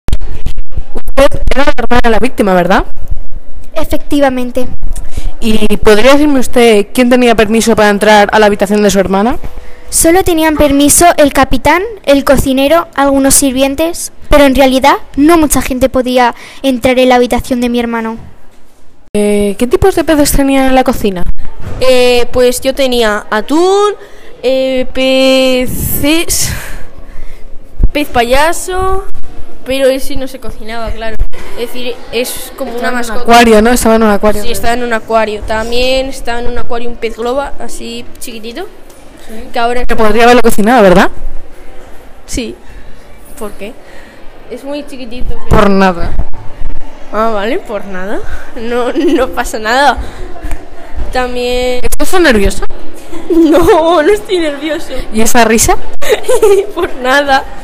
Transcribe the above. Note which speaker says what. Speaker 1: usted Pues era la hermana de la víctima, ¿verdad?
Speaker 2: Efectivamente.
Speaker 1: ¿Y podría decirme usted quién tenía permiso para entrar a la habitación de su hermana?
Speaker 2: Solo tenían permiso el capitán, el cocinero, algunos sirvientes, pero en realidad no mucha gente podía entrar en la habitación de mi hermano.
Speaker 1: Eh, ¿Qué tipos de peces tenían en la cocina?
Speaker 3: Eh, pues yo tenía atún, eh, peces, pez payaso, pero ese no se cocinaba, claro. Es decir, es como una
Speaker 1: Estaba en un
Speaker 3: mascota.
Speaker 1: acuario, ¿no? Estaba en un acuario.
Speaker 3: Sí, estaba en un acuario. También estaba en un acuario un pez globa, así chiquitito. Que ahora
Speaker 1: Pero podría haberlo cocinado, ¿verdad?
Speaker 3: sí. ¿Por qué? Es muy chiquitito. pero-
Speaker 1: Por nada.
Speaker 3: Ah, vale, por nada. No, no pasa nada. También.
Speaker 1: ¿Estás tan nerviosa?
Speaker 3: No, no estoy nervioso.
Speaker 1: ¿Y esa risa?
Speaker 3: Por nada.